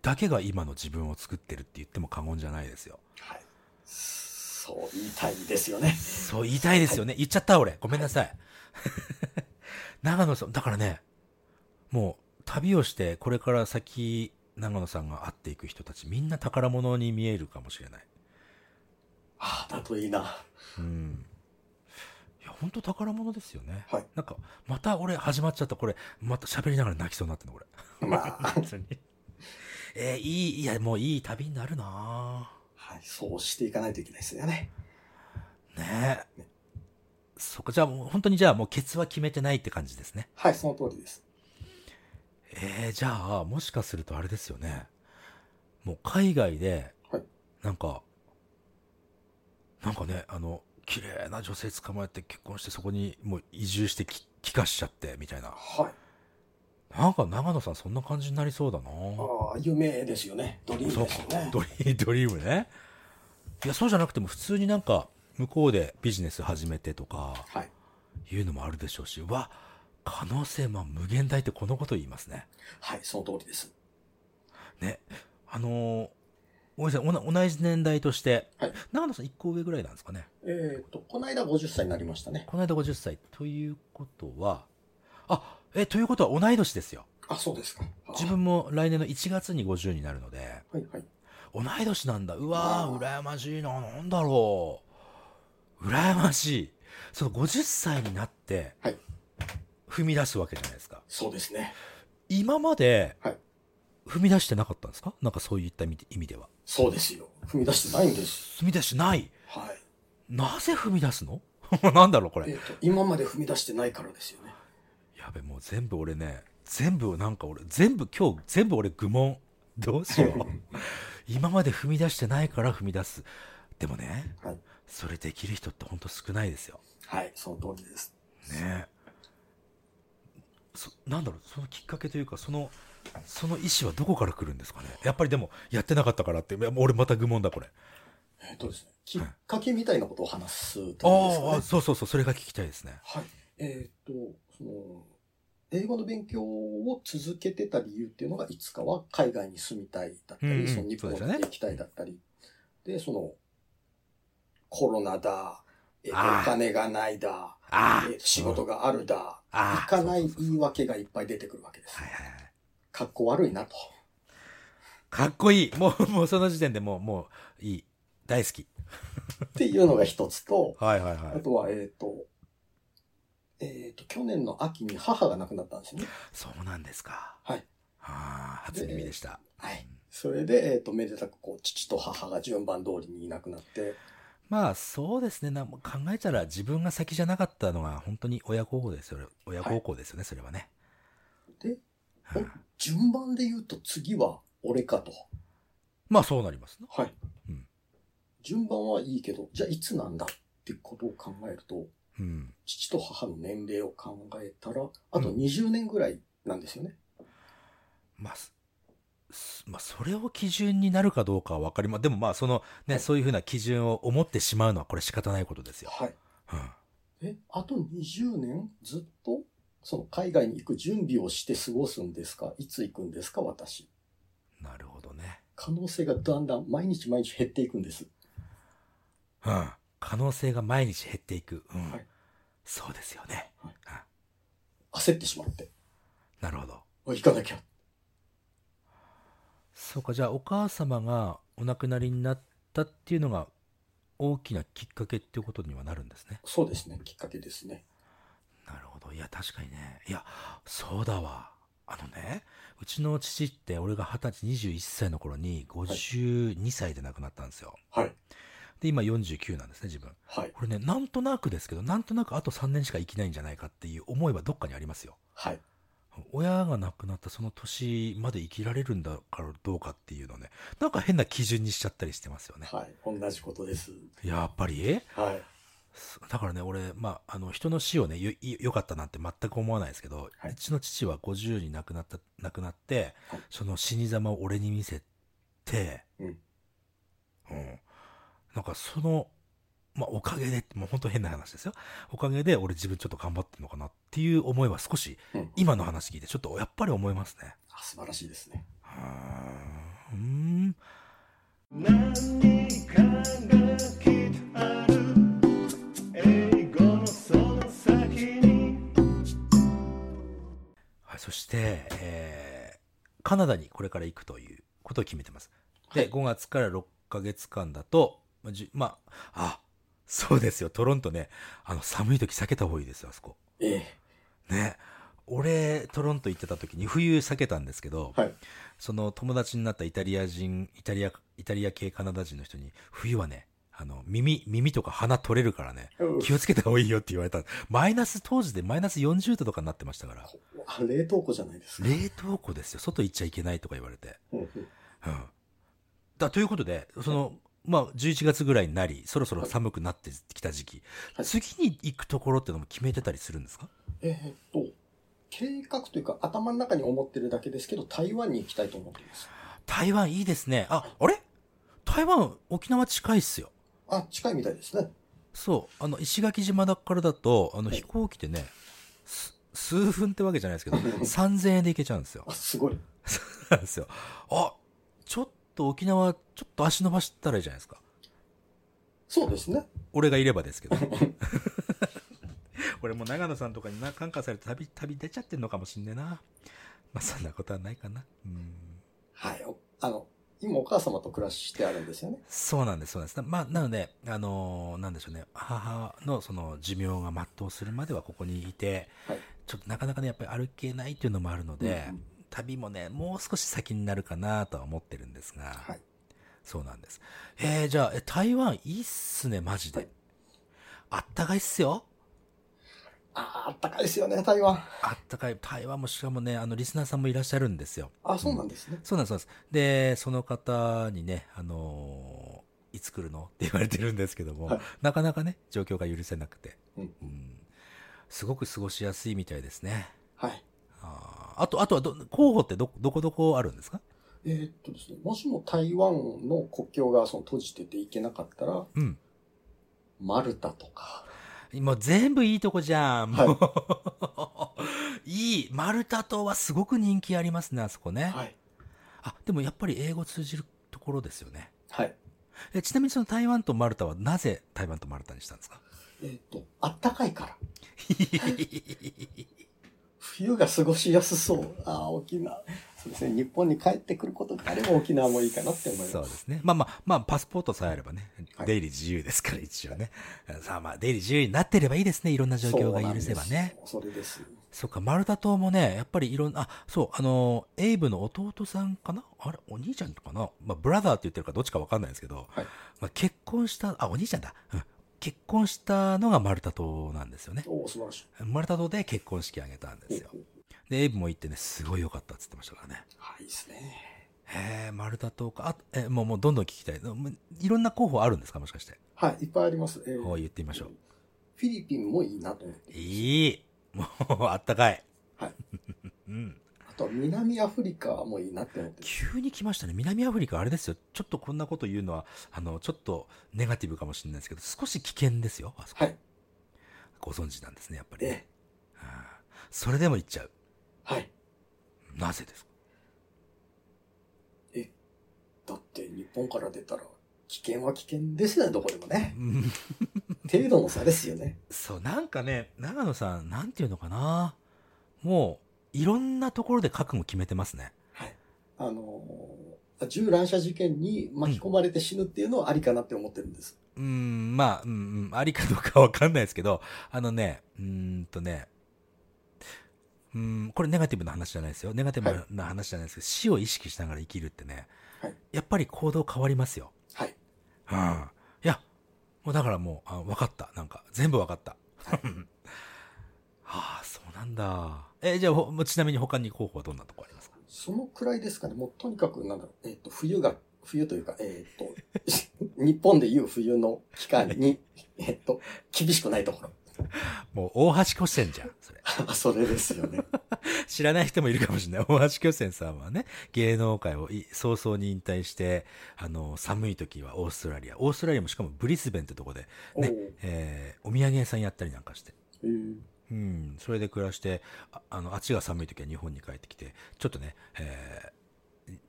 A: だけが今の自分を作ってるって言っても過言じゃないですよ。
B: はい。そう言いたいですよね。
A: そう言いたいですよね。言っちゃった、俺。ごめんなさい。長野さん、だからね、もう、旅をして、これから先、長野さんが会っていく人たち、みんな宝物に見えるかもしれない。
B: ああ、だといいな。
A: うん。いや、本当宝物ですよね。
B: はい
A: なんか、また俺始まっちゃった。これ、また喋りながら泣きそうになってんの、俺。
B: まあ、
A: 本当に。 えーいい、いや、もういい旅になるな
B: はい。そうしていかないといけないですよね。
A: ぁねえ。そこ、じゃあもう本当にじゃあもうケツは決めてないって感じですね。
B: はい、その通りです。
A: えー、じゃあ、もしかするとあれですよね。もう海外で
B: はい、
A: なんか、なんかね、あの、綺麗な女性捕まえて結婚してそこにもう移住してき帰化しちゃってみたいな。
B: はい。
A: なんか長野さんそんな感じになりそうだな。
B: ああ、夢ですよね。ドリームですよね。
A: ドリードリームね。いや、そうじゃなくても普通になんか向こうでビジネス始めてとか
B: はい。
A: いうのもあるでしょうし、うわ、可能性まあ無限大ってこのこと言いますね。
B: はい、その通りです。
A: ね。あのーごめんなさいおな、同じ年代として、
B: はい
A: 長野さん1個上ぐらいなんですかね。
B: えっ、と、この間50歳になりましたね。
A: この間50歳。ということは、あ、え、ということは同い年ですよ。
B: あ、そうですか。あ
A: 自分も来年の1月に50になるので、
B: はい、はい。
A: 同い年なんだ。うわー、羨ましいな。なんだろう。羨ましい。その50歳になって
B: はい、
A: 踏み出すわけじゃないですか。
B: そうですね。
A: 今まで
B: はい、
A: 踏み出してなかったんですかなんかそういった意味で意味では。
B: そうですよ。踏み出してないんです。
A: 踏み出してない。
B: はい。
A: なぜ踏み出すの なんだろう、これ
B: えっ、。と、今まで踏み出してないからですよね。
A: やべ、もう全部俺ね、全部なんか俺、全部今日、全部俺愚問。どうしよ う。今まで踏み出してないから踏み出す。でもね、
B: はい。
A: それできる人ってほんと少ないですよ。
B: はい、その通りです。
A: ねそなんだろうそのきっかけというかそのその意思はどこから来るんですかねやっぱりでもやってなかったからっていやもう俺また愚問だこれ
B: えっ、とですね、きっかけみたいなことを話すというんですか
A: ああ
B: ね。
A: そうそうそうそれが聞きたいですね
B: はい。えっ、と、その、英語の勉強を続けてた理由っていうのが、いつかは海外に住みたいだったり、
A: うんうん
B: その日本に行きたいだったり、で、その、コロナだ、えお
A: あー
B: 金がないだ、
A: あ
B: え仕事があるだ、
A: あ
B: 行かない
A: そうそうそう
B: 言い訳がいっぱい出てくるわけです
A: は。いはいはい。
B: かっこ悪いなと。
A: かっこいい。もう、もうその時点でもう、もういい。大好き。
B: っていうのが一つと、
A: はいはいは
B: あ
A: い。
B: とは、えっと、えっと、去年の秋に母が亡くなったんですね。
A: そうなんですか。
B: はい。
A: ああ、初耳でした。
B: はい。それで、えっと、めでたくこう、父と母が順番通りにいなくなって、
A: まあそうですねな考えたら自分が先じゃなかったのは本当に親孝行ですよ親孝行ですよね、それはね
B: で
A: うん
B: お順番で言うと次は俺かと。
A: まあそうなりますね
B: はい。
A: うん
B: 順番はいいけど、じゃあいつなんだってことを考えると、
A: うん
B: 父と母の年齢を考えたら、あと20年ぐらいなんですよね。
A: まあ、すすまあそれを基準になるかどうかは分かりまでもまあそのね、そういうふうな基準を思ってしまうのはこれ仕方ないことですよ、
B: はい。
A: うん、
B: え、あと20年ずっと、その海外に行く準備をして過ごすんですかいつ行くんですか私。
A: なるほどね、
B: 可能性がだんだん毎日毎日減っていくんです。
A: うん、可能性が毎日減っていく、うん
B: はい
A: そうですよね、
B: はい
A: うん
B: 焦ってしまって。
A: なるほど
B: あ行かなきゃ。
A: そうかじゃあお母様がお亡くなりになったっていうのが大きなきっかけっていうことにはなるんですね
B: そうですね。きっかけですね。
A: なるほどいや確かにねいやそうだわあのねうちの父って俺が二十歳21歳の頃に52歳で亡くなったんですよ、
B: はい。
A: で今49なんですね自分
B: はい。
A: これねなんとなくですけどなんとなくあと3年しか生きないんじゃないかっていう思いはどっかにありますよ
B: はい。
A: 親が亡くなったその年まで生きられるんだからどうかっていうのねなんか変な基準にしちゃったりしてますよね
B: はい。同じことです。
A: やっぱり
B: はい。
A: すだからね俺、まあ、あの人の死をねよいよかったなんて全く思わないですけど、
B: はいう
A: ちの父は50に亡くなった亡くなって、
B: はい
A: その死に様を俺に見せて、
B: うん
A: うんなんかその、まあ、おかげでもう本当変な話ですよおかげで俺自分ちょっと頑張ってるのかなっていう思いは少し
B: うん
A: 今の話聞いてちょっとやっぱり思いますね。
B: あ素晴らしいですね。
A: はーうん
C: 何かがきっとある英語のその先に
A: はい、そして、えーカナダにこれから行くということを決めてます。で、
B: はい
A: 5月から6ヶ月間だと、まあじゅまあ、あ、そうですよ、トロントね、あの、寒い時避けた方がいいですよ、あそこ。
B: ええ。
A: ね。俺、トロント行ってた時に冬避けたんですけど、
B: はい。
A: その友達になったイタリア人、イタリア、イタリア系カナダ人の人に、冬はね、あの、耳、耳とか鼻取れるからね、
B: うん
A: 気をつけた方がいいよって言われた。マイナス、当時でマイナス40度とかになってましたから。
B: あ冷凍庫じゃないですか。
A: 冷凍庫ですよ。外行っちゃいけないとか言われて。
B: うんうん
A: うん。だ、ということで、その、まあ、11月ぐらいになり、そろそろ寒くなってきた時期、
B: はい
A: 次に行くところってのも決めてたりするんですか
B: えーっと、計画というか頭の中に思ってるだけですけど、台湾に行きたいと思っています。
A: 台湾いいですね。あ、あれ台湾、沖縄近いっすよ。
B: あ、近いみたいですね。
A: そう。あの、石垣島だからだと、あの、
B: はい
A: 飛行機でね、す数分ってわけじゃないですけど、3000円で 行けちゃうんですよ
B: あ、。すごい。
A: そうなんですよ。あ、ちょっと沖縄、ちょっと足伸ばしたらいいじゃないですか。
B: そうですね。
A: 俺がいればですけ ど。俺も長野さんとかにな感化されて旅、旅出ちゃってんのかもしんねえな。まあそんなことはないかな。うん。
B: はい。おあの、今お母様と暮らしてあるんですよね。
A: そうなんです、そうなんです。まあ、なので、あのーなんでしょうね。母のその寿命が全うするまではここにいて、
B: はい
A: ちょっとなかなかね、やっぱり歩けないっていうのもあるので、
B: うん
A: 旅もね、もう少し先になるかなとは思ってるんですが、
B: はい。
A: そうなんです。えー、じゃあ、え台湾いいっすね、マジで。あったかいっすよ。
B: あー、あったかいですよね、台湾。
A: あったかい台湾もしかもねあのリスナーさんもいらっしゃるんですよ
B: あ、そうなんですね。
A: そうなんですそうなんですでその方にねあのーいつ来るの って言われてるんですけども、
B: はい
A: なかなかね状況が許せなくて、
B: うん
A: うんすごく過ごしやすいみたいですね
B: はい。
A: あーあとあとはど候補ってどどこどこあるんですか
B: えーっとですね、もしも台湾の国境がその閉じてて行けなかったら、
A: うん
B: マルタとか。
A: もう全部いいとこじゃん、もう いい。マルタ島はすごく人気ありますね、あそこね。
B: はい。
A: あ、でもやっぱり英語通じるところですよね。
B: はい。
A: えちなみにその台湾とマルタはなぜ台湾とマルタにしたんですか
B: えっ、と、あったかいから。冬が過ごしやすそう。ああ、沖縄。そうですね。日本に帰ってくることがあれば沖縄もいいかなって思います。
A: そうですね。まあまあ、まあ、パスポートさえあればね、
B: はい
A: 出入り自由ですから、一応ね。さあまあ、出入り自由になってればいいですね、いろんな状況が許せばね。
B: そうなんです。それです。
A: そっか、マルタ島もね、やっぱりいろんな、あ、そう、あの、エイブの弟さんかなあれ、お兄ちゃんかなまあ、ブラザーって言ってるからどっちかわかんないんですけど、
B: はい
A: まあ、結婚した、あ、お兄ちゃんだ。うん。結婚したのがマルタ島なんですよね。
B: おお、素晴らし
A: マルタ島で結婚式あげたんで
B: い。
A: すよ。で、エイブも行ってね、すごい良かったって言ってましたからね。
B: はい、いいですね。
A: へえ、マルタ島か。あと、え、もう、もうどんどん聞きたい。もういろんな候補あるんですかもしかして。
B: はい、いっぱいあります。えー
A: こう言ってみましょう。
B: フィリピンもいいなと思って。
A: いい。もう、あったかい。
B: はい。
A: うん。
B: あとは南アフリカもいいなって思って。
A: 急に来ましたね。南アフリカ、あれですよ。ちょっとこんなこと言うのは、あの、ちょっとネガティブかもしれないですけど、少し危険ですよ。あそこ。
B: はい。
A: ご存知なんですね、やっぱり、
B: え
A: ね。うんそれでも行っちゃう。
B: ーはい。
A: なぜですか
B: だって日本から出たら危険は危険ですね、どこでもね。
A: うん
B: 程度の差ですよね。
A: そう、なんかね、長野さん、なんていうのかな。もう、いろんなところで覚悟決めてますね。
B: あのー銃乱射事件に巻き込まれて死ぬっていうのはありかなって思ってるんです。
A: うーん、まあ、うん、うん、ありかどうかわかんないですけど、あのね、うーんとね、うーん、これネガティブな話じゃないですよ。ネガティブな話じゃないですけど、死を意識しながら生きるってね、
B: はい
A: やっぱり行動変わりますよ。
B: はい。
A: うん。いや、もうだからもう、あ、わかった。なんか、全部わかった。 はあ、そうなんだ。え、じゃあ、ほもうちなみに他に候補はどんなとこありますか
B: そのくらいですかね。もうとにかく、なんだろう、えっ、と、冬が、冬というか、えっ、と、 日本でいう冬の期間に、えっと、厳しくないところ。
A: もう、大橋巨泉じゃん、それ。
B: あ それですよね。
A: 知らない人もいるかもしれない。大橋巨泉さんはね、芸能界をい早々に引退して、あの、寒い時はオーストラリア。オーストラリアもしかもブリスベンってとこで、ねえーお土産屋さんやったりなんかして。
B: おーうん
A: うん、それで暮らして、ああの、あっちが寒い時は日本に帰ってきて、ちょっとね、えー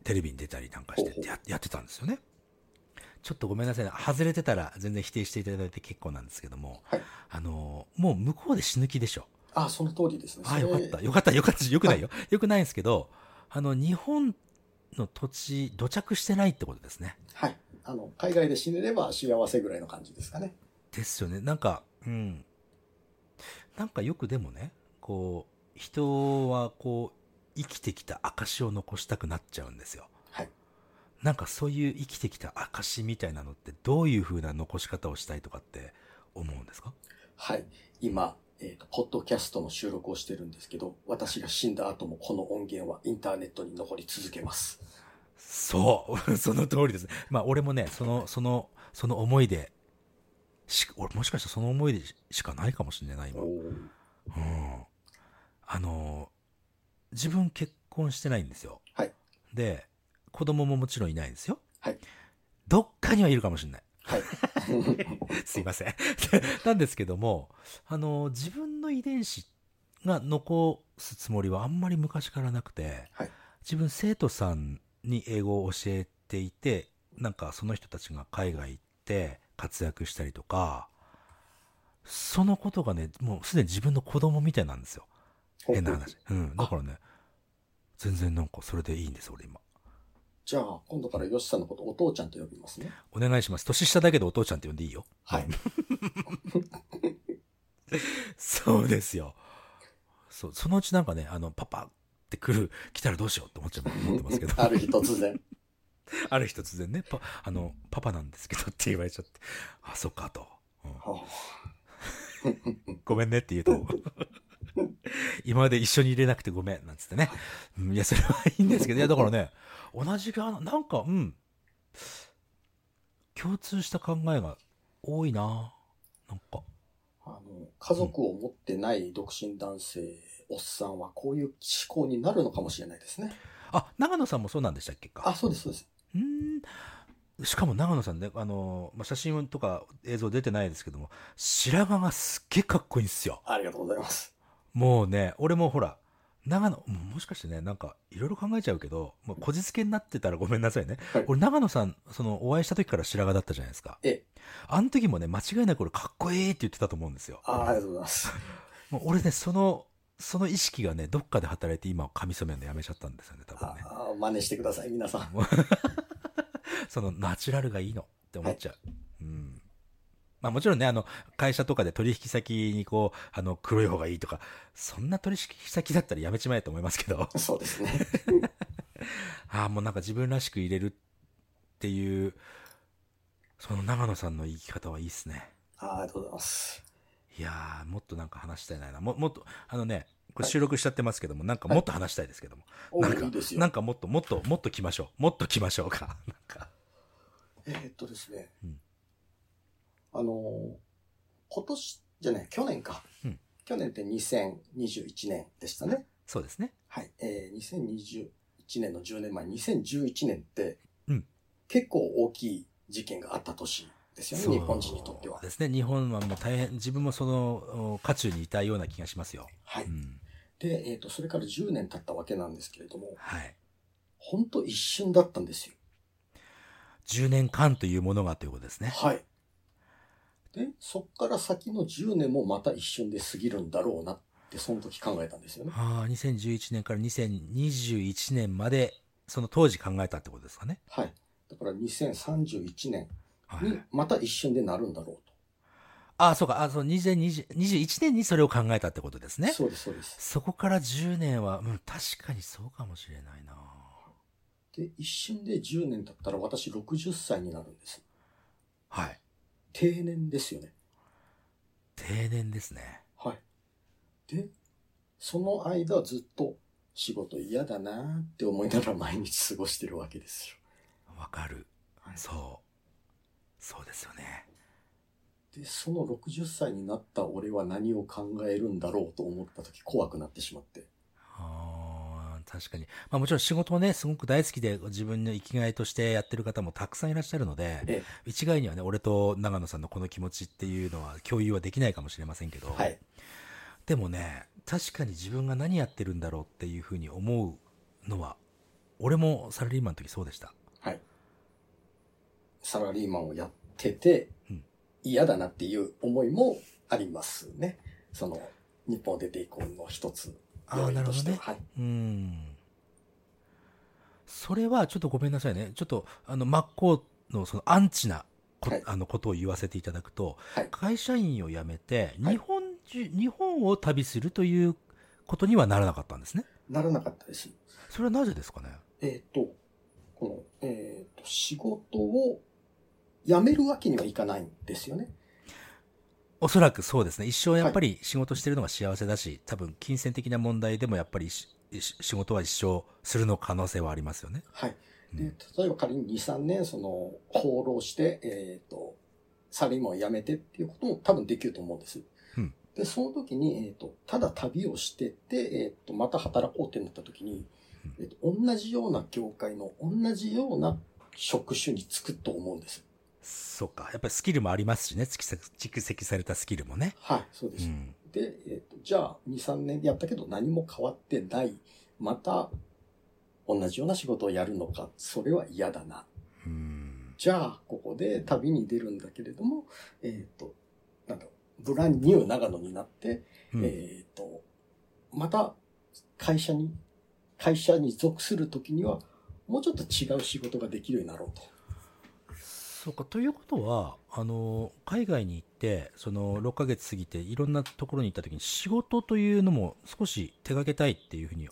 A: テレビに出たりなんかして
B: ほうほう
A: ややってたんですよね。ちょっとごめんなさいね。外れてたら全然否定していただいて結構なんですけども、
B: はい
A: あの、もう向こうで死ぬ気でしょ。
B: あ、その通りですね。
A: ああ、
B: そ
A: よ
B: れ
A: かった。よかった。よかった。よくないよ。よくないんですけど、あの、日本の土地、土着してないってことですね。
B: はい。あの、海外で死ねれば幸せぐらいの感じですかね。
A: ですよね。なんか、うん。なんかよくでもね、こう、人はこう、生きてきた証を残したくなっちゃうんですよ。
B: はい。
A: なんかそういう生きてきた証みたいなのって、どういう風な残し方をしたいとかって思うんですか
B: はい。今、えっ、と、ポッドキャストの収録をしてるんですけど、私が死んだ後もこの音源はインターネットに残り続けます。
A: そう、 その通りです。まあ、俺もね、その、その、その思いで、し、俺もしかしたらその思いでししかないかもしれない、今。うん。
B: ー
A: あのー、自分結婚してないんですよ。
B: はい。
A: で、子供ももちろんいないんですよ。
B: はい。
A: どっかにはいるかもしれない。
B: はい。
A: すいません。 なんですけども、あのー、自分の遺伝子が残すつもりはあんまり昔からなくて、
B: はい
A: 自分生徒さんに英語を教えていて、なんかその人たちが海外行って活躍したりとか、そのことがね、もうすでに自分の子供みたいなんですよ。変な話。うん。だからね、全然なんかそれでいいんです、俺今。
B: じゃあ、今度からヨシさんのことお父ちゃんと呼びますね。
A: お願いします。年下だけどお父ちゃんって呼んでいいよ。
B: はい。、
A: そうですよ。そう、そのうちなんかね、あの、パパって来る、来たらどうしようって思っちゃう、思ってますけ ど
B: ある日突然。
A: ある日突然ね、パ、あの、パパなんですけどって言われちゃって、あ、そっか、と。うん
B: は
A: ごめんねって言う と、今まで一緒に入れなくてごめん、なんつってね。うんいや、それはいいんですけど、いや、だからね、同じが、なんか、うん、共通した考えが多いななんか。
B: あ、あの家族を持ってない独身男性、おっさんはこういう思考になるのかもしれないですね。
A: あ、長野さんもそうなんでしたっけか
B: あ、そうです、そうです。
A: うーんしかも長野さんね、あの、まあ、写真とか映像出てないですけども、白髪がすっげえかっこいいんですよ。
B: ありがとうございます。
A: もうね、俺もほら、長野、うんもしかしてね、なんか、いろいろ考えちゃうけど、まあ、こじつけになってたらご めんなさいね。
B: はい
A: 俺、長野さん、その、お会いした時から白髪だったじゃないですか。
B: ええ
A: あの時もね、間違いなく俺、かっこいいって言ってたと思うんですよ。
B: あーありがとうございます。
A: もう俺ね、その、その意識がね、どっかで働いて今、髪染めるのやめちゃったんですよね、多分
B: あ
A: ね。
B: あ真似してください、皆さん。
A: そのナチュラルがいいのって思っちゃう。うん。まあもちろんね、あの、会社とかで取引先にこう、あの、黒い方がいいとか、そんな取引先だったらやめちまえと思いますけど、
B: そうですね。
A: ああ、もうなんか自分らしく入れるっていう、その長野さんの生き方はいいっすね。
B: あーありがとうございます。
A: いやー、もっとなんか話したいな。ももっと、あのね、これ収録しちゃってますけども、なんかもっと話したいですけども。
B: お
A: なんか
B: いいですよ
A: なんかもっともっともっと来ましょう。もっと来ましょうか。 なんか。
B: えーっとですね、
A: うん
B: あのー今年じゃない、去年か、
A: うん
B: 去年って2021年でしたね。
A: そうですね。
B: はい。えー、2021年の10年前、2011年って、
A: うん
B: 結構大きい事件があった年ですよ
A: そう
B: ね、日本人にとっては。
A: ですね。日本はもう大変、自分もその、お渦中にいたような気がしますよ。。
B: はいう
A: ん。
B: で、えーっと、それから10年経ったわけなんですけれども、
A: はい。
B: ほんと一瞬だったんですよ。
A: 10年間というものがということですね。
B: はい。で、そっから先の10年もまた一瞬で過ぎるんだろうなって、その時考えたんですよね。
A: ああ、2011年から2021年まで、その当時考えたってことですかね。
B: はい。だから2031年
A: は
B: に
A: い。
B: また一瞬でなるんだろう
A: ああ、そうか。あそう、2020 21年にそれを考えたってことです
B: と。
A: ね。
B: そうです、そうです。
A: そこから10年は、うん、確かにそうかもしれないな。
B: で、一瞬で10年経ったら私60歳になるんです。
A: はい。
B: 定年ですよね。
A: 定年ですね。
B: はい。で、その間ずっと仕事嫌だなーって思いながら毎日過ごしてるわけですよ。
A: わかる。
B: はい
A: そう。そうですよね。
B: で、その60歳になった俺は何を考えるんだろうと思った時怖くなってしまって。
A: あー確かに。まあもちろん仕事もね、すごく大好きで自分の生きがいとしてやってる方もたくさんいらっしゃるので、
B: え
A: 一概にはね、俺と長野さんのこの気持ちっていうのは共有はできないかもしれませんけど、
B: え、はい。
A: でもね、確かに自分が何やってるんだろうっていうふうに思うのは、俺もサラリーマンの時そうでした。
B: はい。サラリーマンをやってて
A: うん、
B: 嫌だなっていう思いもありますね。その、日本を出ていこうの一つ、
A: あー
B: 要因として
A: な
B: は
A: る
B: はい。
A: うん。それはちょっとごめんなさいね。ちょっと、あの、真っ向のそのアンチなこ、
B: はい
A: あのことを言わせていただくと、
B: はい
A: 会社員を辞めて、
B: はい
A: 日本中、日本を旅するということにはならなかったんですね。
B: ならなかったです。
A: それはなぜですかね
B: えっ、と、この、えっ、と、仕事を辞めるわけにはいかないんですよね。
A: おそらくそうですね。一生やっぱり仕事してるのが幸せだし、多分金銭的な問題でもやっぱりしし仕事は一生するの可能性はありますよね。
B: はい。
A: うん
B: で、例えば仮に2、3年、その、放浪して、えっ、と、サラリーマンを辞めてっていうことも多分できると思うんです。
A: うん
B: で、その時に、えっ、と、ただ旅をしてて、えっ、と、また働こうってなった時に、えっ、と、同じような業界の同じような職種に就くと思うんです。
A: そうか。やっぱりスキルもありますしね。蓄積蓄積されたスキルもね。
B: はい、そうで
A: う
B: す。
A: ん。
B: で、えっ、と、じゃあ、2、3年やったけど何も変わってない。また、同じような仕事をやるのか、それは嫌だな。
A: うん。
B: じゃあ、ここで旅に出るんだけれども、えっ、と、なんだろう、ブランニュー長野になって、
A: うん
B: えっ、と、また、会社に、会社に属するときには、もうちょっと違う仕事ができるようになろうと。
A: そうか。ということは、あの、海外に行って、その、6ヶ月過ぎて、いろんなところに行った時に、仕事というのも少し手掛けたいっていうふうに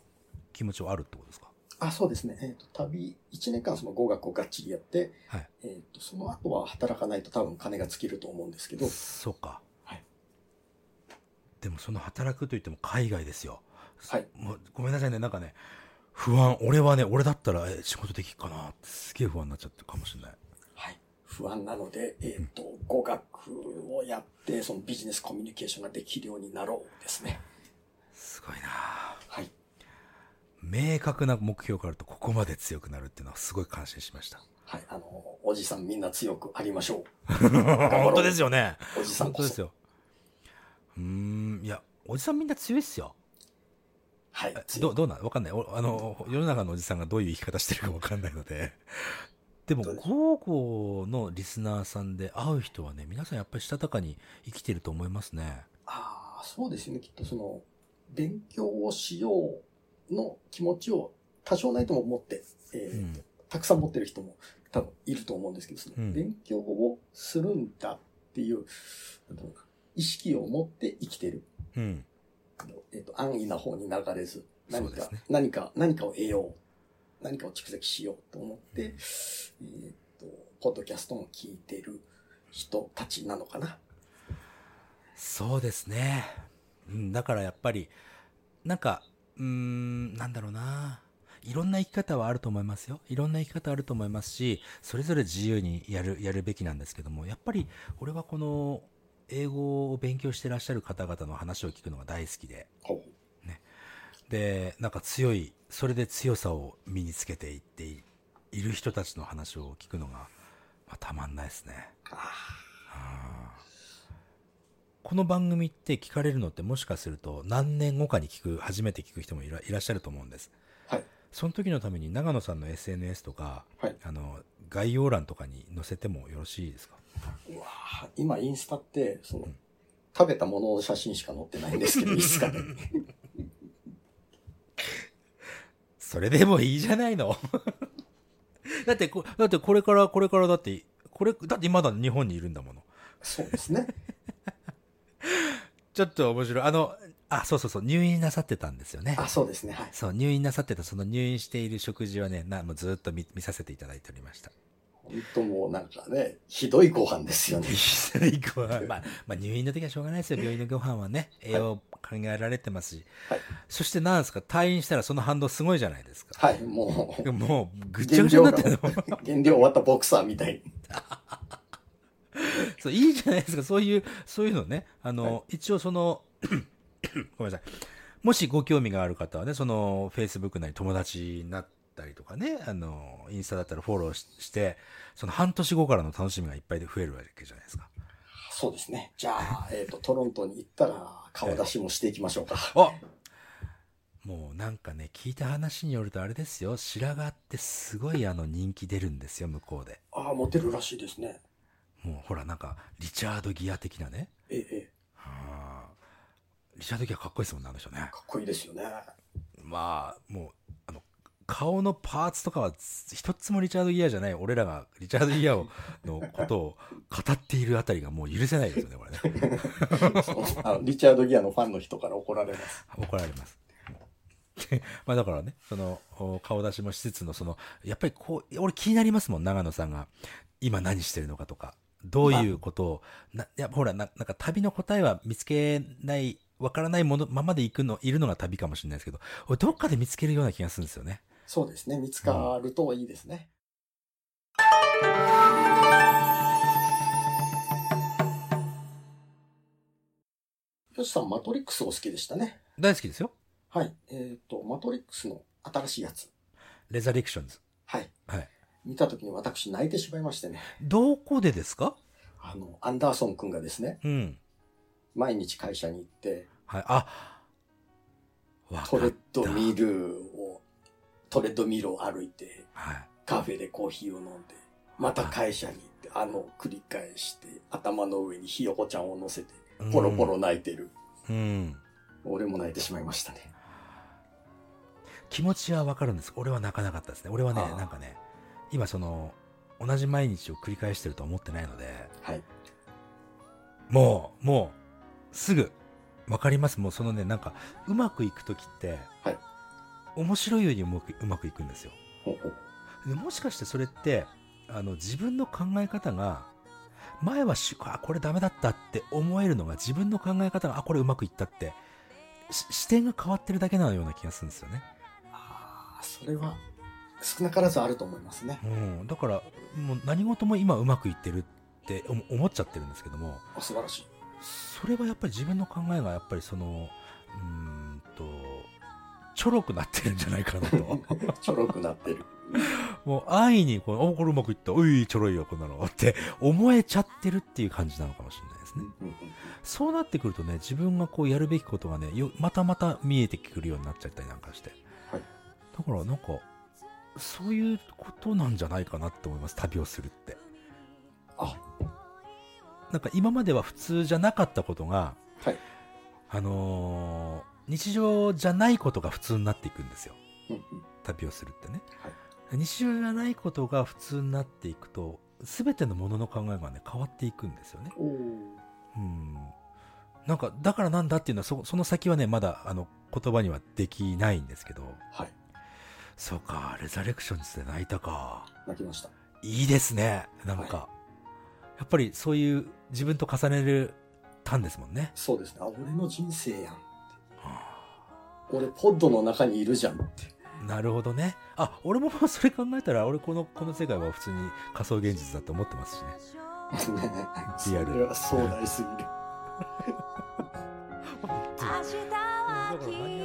A: 気持ちはあるってことですか
B: あ、そうですね。えっ、と、旅、1年間その語学をがっちりやって、
A: はい。
B: えっ、と、その後は働かないと多分金が尽きると思うんですけど、
A: そうか。
B: はい
A: でも、その働くといっても海外ですよ。
B: はい
A: もうごめんなさいね。なんかね、不安。俺はね、俺だったらえ仕事できっかなってすげえ不安になっちゃってるかもしれない。
B: はい。不安なので、えっ、と、語学をやって、そのビジネスコミュニケーションができるようになろうですね。
A: すごいな
B: はい。
A: 明確な目標があると、ここまで強くなるっていうのはすごい感心しました。
B: はい、あの、おじさんみんな強くありましょろう
A: 本当ですよね。
B: う。おじさん
A: 本
B: こ
A: 当です
B: そ。
A: よ。うーん、いや、おじさんみんな強いっすよ。
B: はい。
A: どどうなのわかんないおあの。世の中のおじさんがどういう生き方してるかわかんないので。 でも、
B: どうで
A: 高校のリスナーさんで会う人はね、皆さんやっぱりしたたかに生きてると思いますね。
B: ああ、そうですね。きっとその、勉強をしようの気持ちを多少ないとも持って、え
A: う
B: ー
A: ん。
B: たくさん持ってる人も多分いると思うんですけど、その
A: うん
B: 勉強をするんだっていう、なんだろうな意識を持って生きてる。
A: うん。
B: あのえっ、と、安易な方に流れず、何
A: そうで
B: か、
A: すね
B: 何か、何かを得よう。何かを蓄積しようと思って、
A: うん
B: えっ、と、ポッドキャストも聞いてる人たちなのかな。
A: そうですね。うん、だからやっぱり、なんか、うーん、なんだろうな。いろんな生き方はあると思いますよ。いろんな生き方あると思いますし、それぞれ自由にやる、やるべきなんですけども、やっぱり、俺はこの、英語を勉強してらっしゃる方々の話を聞くのが大好きで、
B: ほう
A: で、なんか強い、それで強さを身につけていっていいる人たちの話を聞くのが、まあ、たまんないですね。
B: あ
A: この番組って聞かれるのってもしかすると何年後かに聞く、初めて聞く人もいらいらっしゃると思うんです。
B: ーはい。
A: その時のために長野さんの SNS とか、
B: はい
A: あの、概要欄とかに載せてもよろしいですか
B: うわー今インスタって、その、
A: うん
B: 食べたものの写真しか載ってな いんですけど、いいですかね。
A: それでもいいじゃないの だってこ、だってこれから、これからだって、これ、だってまだ日本にいるんだもの。
B: そうですね。
A: ちょっと面白い。あの、あ、そうそうそう、入院なさってたんですよね。
B: あ、そうですね。はい。
A: そう、入院なさってた、その入院している食事はね、なもうずっと見見させていただいておりました。
B: 本当もうなんかね、ひどいご飯ですよね。
A: 一個は、まあ、まあ、入院の時はしょうがないですよ。病院のご飯はね、栄養考えられてますし。
B: はい
A: そして何ですか、退院したらその反動すごいじゃないですか。
B: はい、もう、
A: もう、ぐっちゃぐちゃになってるの。
B: 減量終わったボクサーみたいに。
A: そう、いいじゃないですか。そういう、そういうのね。あの、
B: は
A: 一応その、ごめんなさい。もしご興味がある方はね、その、Facebook なり友達になったりとかね、あの、インスタだったらフォローしして、その半年後からの楽しみがいっぱいで増えるわけじゃないですか。
B: そうですね。じゃあ、えっ、と、トロントに行ったら顔出しもしていきましょうか。
A: あもうなんかね、聞いた話によるとあれですよ、白髪ってすごいあの人気出るんですよ、向こうで。
B: ああ、モテるらしいですね。
A: もうほらなんか、リチャードギア的なね。
B: ええ、え
A: はあリチャードギアかっこいいですもんね、あの人ね
B: え、。かっこいい ですよね。
A: まあ、もう、あの、顔のパーツとかはつ一つもリチャードギアじゃない、俺らがリチャードギアをのことを語っているあたりがもう許せないですよね、これね。
B: そうあのリチャード・ギアのファンの人から怒られます。
A: 怒られます。 でまあだからね、その、お顔出しもしつつの、その、やっぱりこう、俺気になりますもん、長野さんが。今何してるのかとか、どういうことを、な、いや、ほら、ななんか旅の答えは見つけない、わからないもの、ままで行くの、いるのが旅かもしれないですけど、俺どっかで見つけるような気がするんですよね。
B: そうですね。見つかるといいですね。よしさん、マトリックスお好きでしたね。
A: 大好きですよ。
B: はい。えっ、と、マトリックスの新しいやつ。
A: レザレクションズ。
B: はい。
A: はい。
B: 見たときに私泣いてしまいましてね。
A: どこでですか
B: あの、アンダーソン君がですね、
A: うん。
B: 毎日会社に行って、
A: はい。あ、わか
B: トレ
A: っ
B: ッド
A: た。
B: ミルを、トレッドミルを歩いて、
A: はい。
B: カフェでコーヒーを飲んで、また会社に行って、あの、繰り返して、頭の上にひよこちゃんを乗せて、ポロポロ泣いてる。
A: うん。うん。
B: 俺も泣いてしまいましたね。
A: 気持ちはわかるんです。俺は泣かなかったですね。俺はね
B: あ、あ
A: なんかね、今その、同じ毎日を繰り返してると思ってないので、
B: はい。
A: もう、もう、すぐ、わかります。もうそのね、なんか、うまくいくときって、
B: はい
A: 面白いようにうまくうまくいくんですよ。
B: ほうほう
A: でもしかしてそれって、あの、自分の考え方が、前はし、あ、これダメだったって思えるのが、自分の考え方が、あ、これうまくいったって、し視点が変わってるだけなような気がするんですよね。
B: ああ、それは、少なからずあると思いますね。
A: うん、だからもう何事も今うまくいってるって思思っちゃってるんですけども
B: あ素晴ら しい。
A: それはやっぱり自分の考えがやっぱりそのうーんとちょろくなってるんじゃないかなと
B: ちょろくなってる。
A: もう安易にこの「おこれうまくいったおいちょろいよこんなの」って思えちゃってるっていう感じなのかもしれないですね。そうなってくるとね、自分がこうやるべきことがね、よまたまた見えてくるようになっちゃったりなんかして。
B: はい
A: だからなんか、そういうことなんじゃないかなって思います、旅をするって。
B: あ、
A: なんか今までは普通じゃなかったことが、
B: はい。
A: あのー日常じゃないことが普通になっていくんですよ。
B: うんうん
A: 旅をするってね。
B: はい
A: 日常じゃないことが普通になっていくと、すべてのものの考えがね、変わっていくんですよね。
B: おー
A: うん。なんか、だからなんだっていうのは、そ、その先はね、まだ、あの、言葉にはできないんですけど、
B: はい。
A: そうか、レザレクションズで泣いたか。
B: 泣きました。
A: いいですね、なんか。
B: は
A: やっぱりそういう自分と重ねるたんですもんね。
B: そうですね。あ、俺の人生やん。
A: は
B: 俺、ポッドの中にいるじゃんって。
A: あなるほどね。あ、俺も それ考えたら、俺この、この世界は普通に仮想現実だと思ってますしね。
B: それは壮大すぎる。
A: だから何や